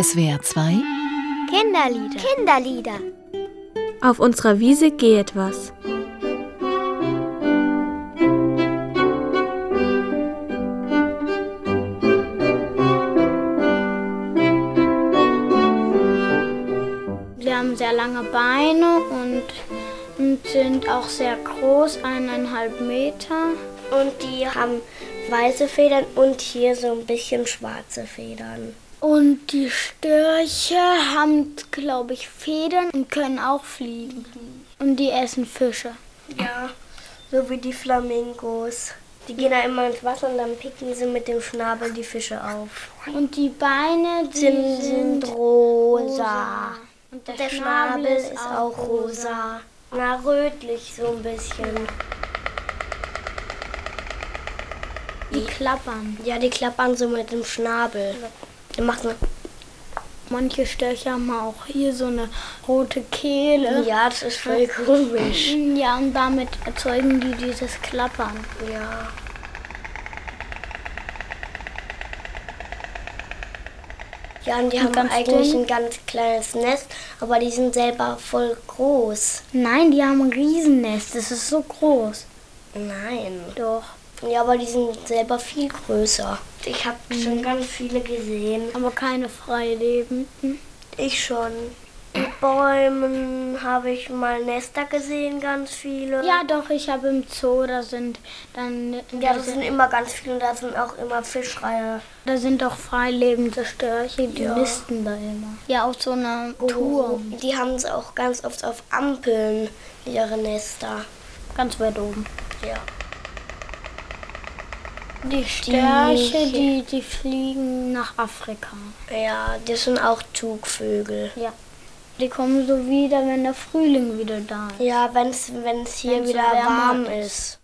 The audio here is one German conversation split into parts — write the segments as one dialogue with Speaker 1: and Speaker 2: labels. Speaker 1: SWR 2
Speaker 2: Kinderlieder. Kinderlieder.
Speaker 3: Auf unserer Wiese geht was.
Speaker 4: Wir haben sehr lange Beine und, und sind auch sehr groß, eineinhalb Meter.
Speaker 5: Und die haben weiße Federn und hier so ein bisschen schwarze Federn.
Speaker 4: Und die Störche haben, glaube ich, Federn und können auch fliegen. Und die essen Fische.
Speaker 5: Ja, so wie die Flamingos. Die gehen da immer ins Wasser und dann picken sie mit dem Schnabel die Fische auf.
Speaker 4: Und die Beine, die
Speaker 5: Sind,
Speaker 4: sind
Speaker 5: sind rosa.
Speaker 4: Und
Speaker 5: Der Schnabel ist auch rosa. Na, rötlich so ein bisschen.
Speaker 4: Die klappern.
Speaker 5: Ja, die klappern so mit dem Schnabel. Die machen
Speaker 4: Manche Störche haben auch hier so eine rote Kehle.
Speaker 5: Ja, das ist voll komisch.
Speaker 4: Ja, und damit erzeugen die dieses Klappern.
Speaker 5: Ja. Ja, und die haben
Speaker 4: ganz
Speaker 5: eigentlich
Speaker 4: dünn.
Speaker 5: ein ganz kleines Nest, aber die sind selber voll groß.
Speaker 4: Nein, die haben ein Riesennest. Das ist so groß.
Speaker 5: Nein.
Speaker 4: Doch.
Speaker 5: Ja, aber die sind selber viel größer. Mhm. Ich habe schon ganz viele gesehen.
Speaker 4: Aber keine freilebenden.
Speaker 5: Ich schon. Mit Bäumen habe ich mal Nester gesehen, ganz viele.
Speaker 4: Ja, doch, ich habe im Zoo, da sind dann.
Speaker 5: ja das sind immer ganz viele und da sind auch immer Fischreihe.
Speaker 4: Da sind auch freilebende Störche, die
Speaker 5: Ja.
Speaker 4: nisten da immer. Oh. Ja, auf so einer Tour.
Speaker 5: Die haben es auch ganz oft auf Ampeln, ihre Nester.
Speaker 4: Ganz weit oben.
Speaker 5: Ja.
Speaker 4: Die Störche, die, die fliegen nach Afrika.
Speaker 5: Ja, das sind auch Zugvögel.
Speaker 4: Ja. Die kommen so wieder, wenn der Frühling wieder da ist.
Speaker 5: Ja, wenn es wenn's hier
Speaker 4: Wenn's so
Speaker 5: wieder
Speaker 4: wärmer
Speaker 5: warm ist.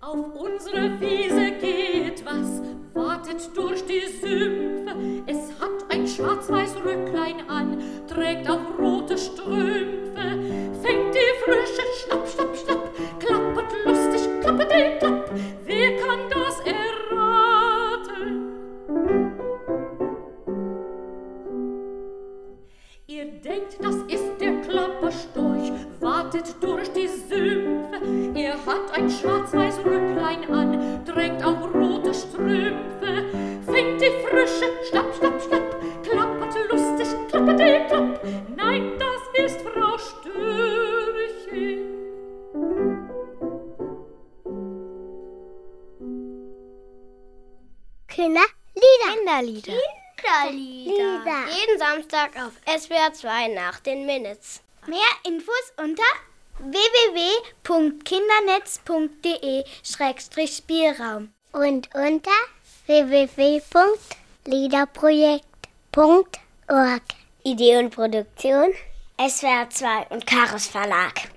Speaker 6: Auf unsere Wiese geht was, wartet durch die Sümpfe. Es hat ein schwarz-weiß Röcklein an, trägt auch rote Strümpfe. Fängt die Frische, schnapp, schnapp, schnapp, klappert lustig, klappert den Klapp. Wer kann das erraten? Ihr denkt, das ist der Klapperstorch, wartet durch die Sümpfe. Er hat ein schwarz-weiß Röcklein an, trägt auch rote Strümpfe. Fängt die Frische, schnapp, schnapp, schnapp, klappert lustig, klappert den Klapp. Nein, das ist Frau Störchen.
Speaker 2: Kinderlieder. Kinderlieder. Kinderlieder.
Speaker 5: Jeden Samstag auf SWR 2 nach den Minutes.
Speaker 2: Mehr Infos unter www.kindernetz.de-spielraum und unter www.liederprojekt.org. Idee und Produktion SWR 2 und Karos Verlag.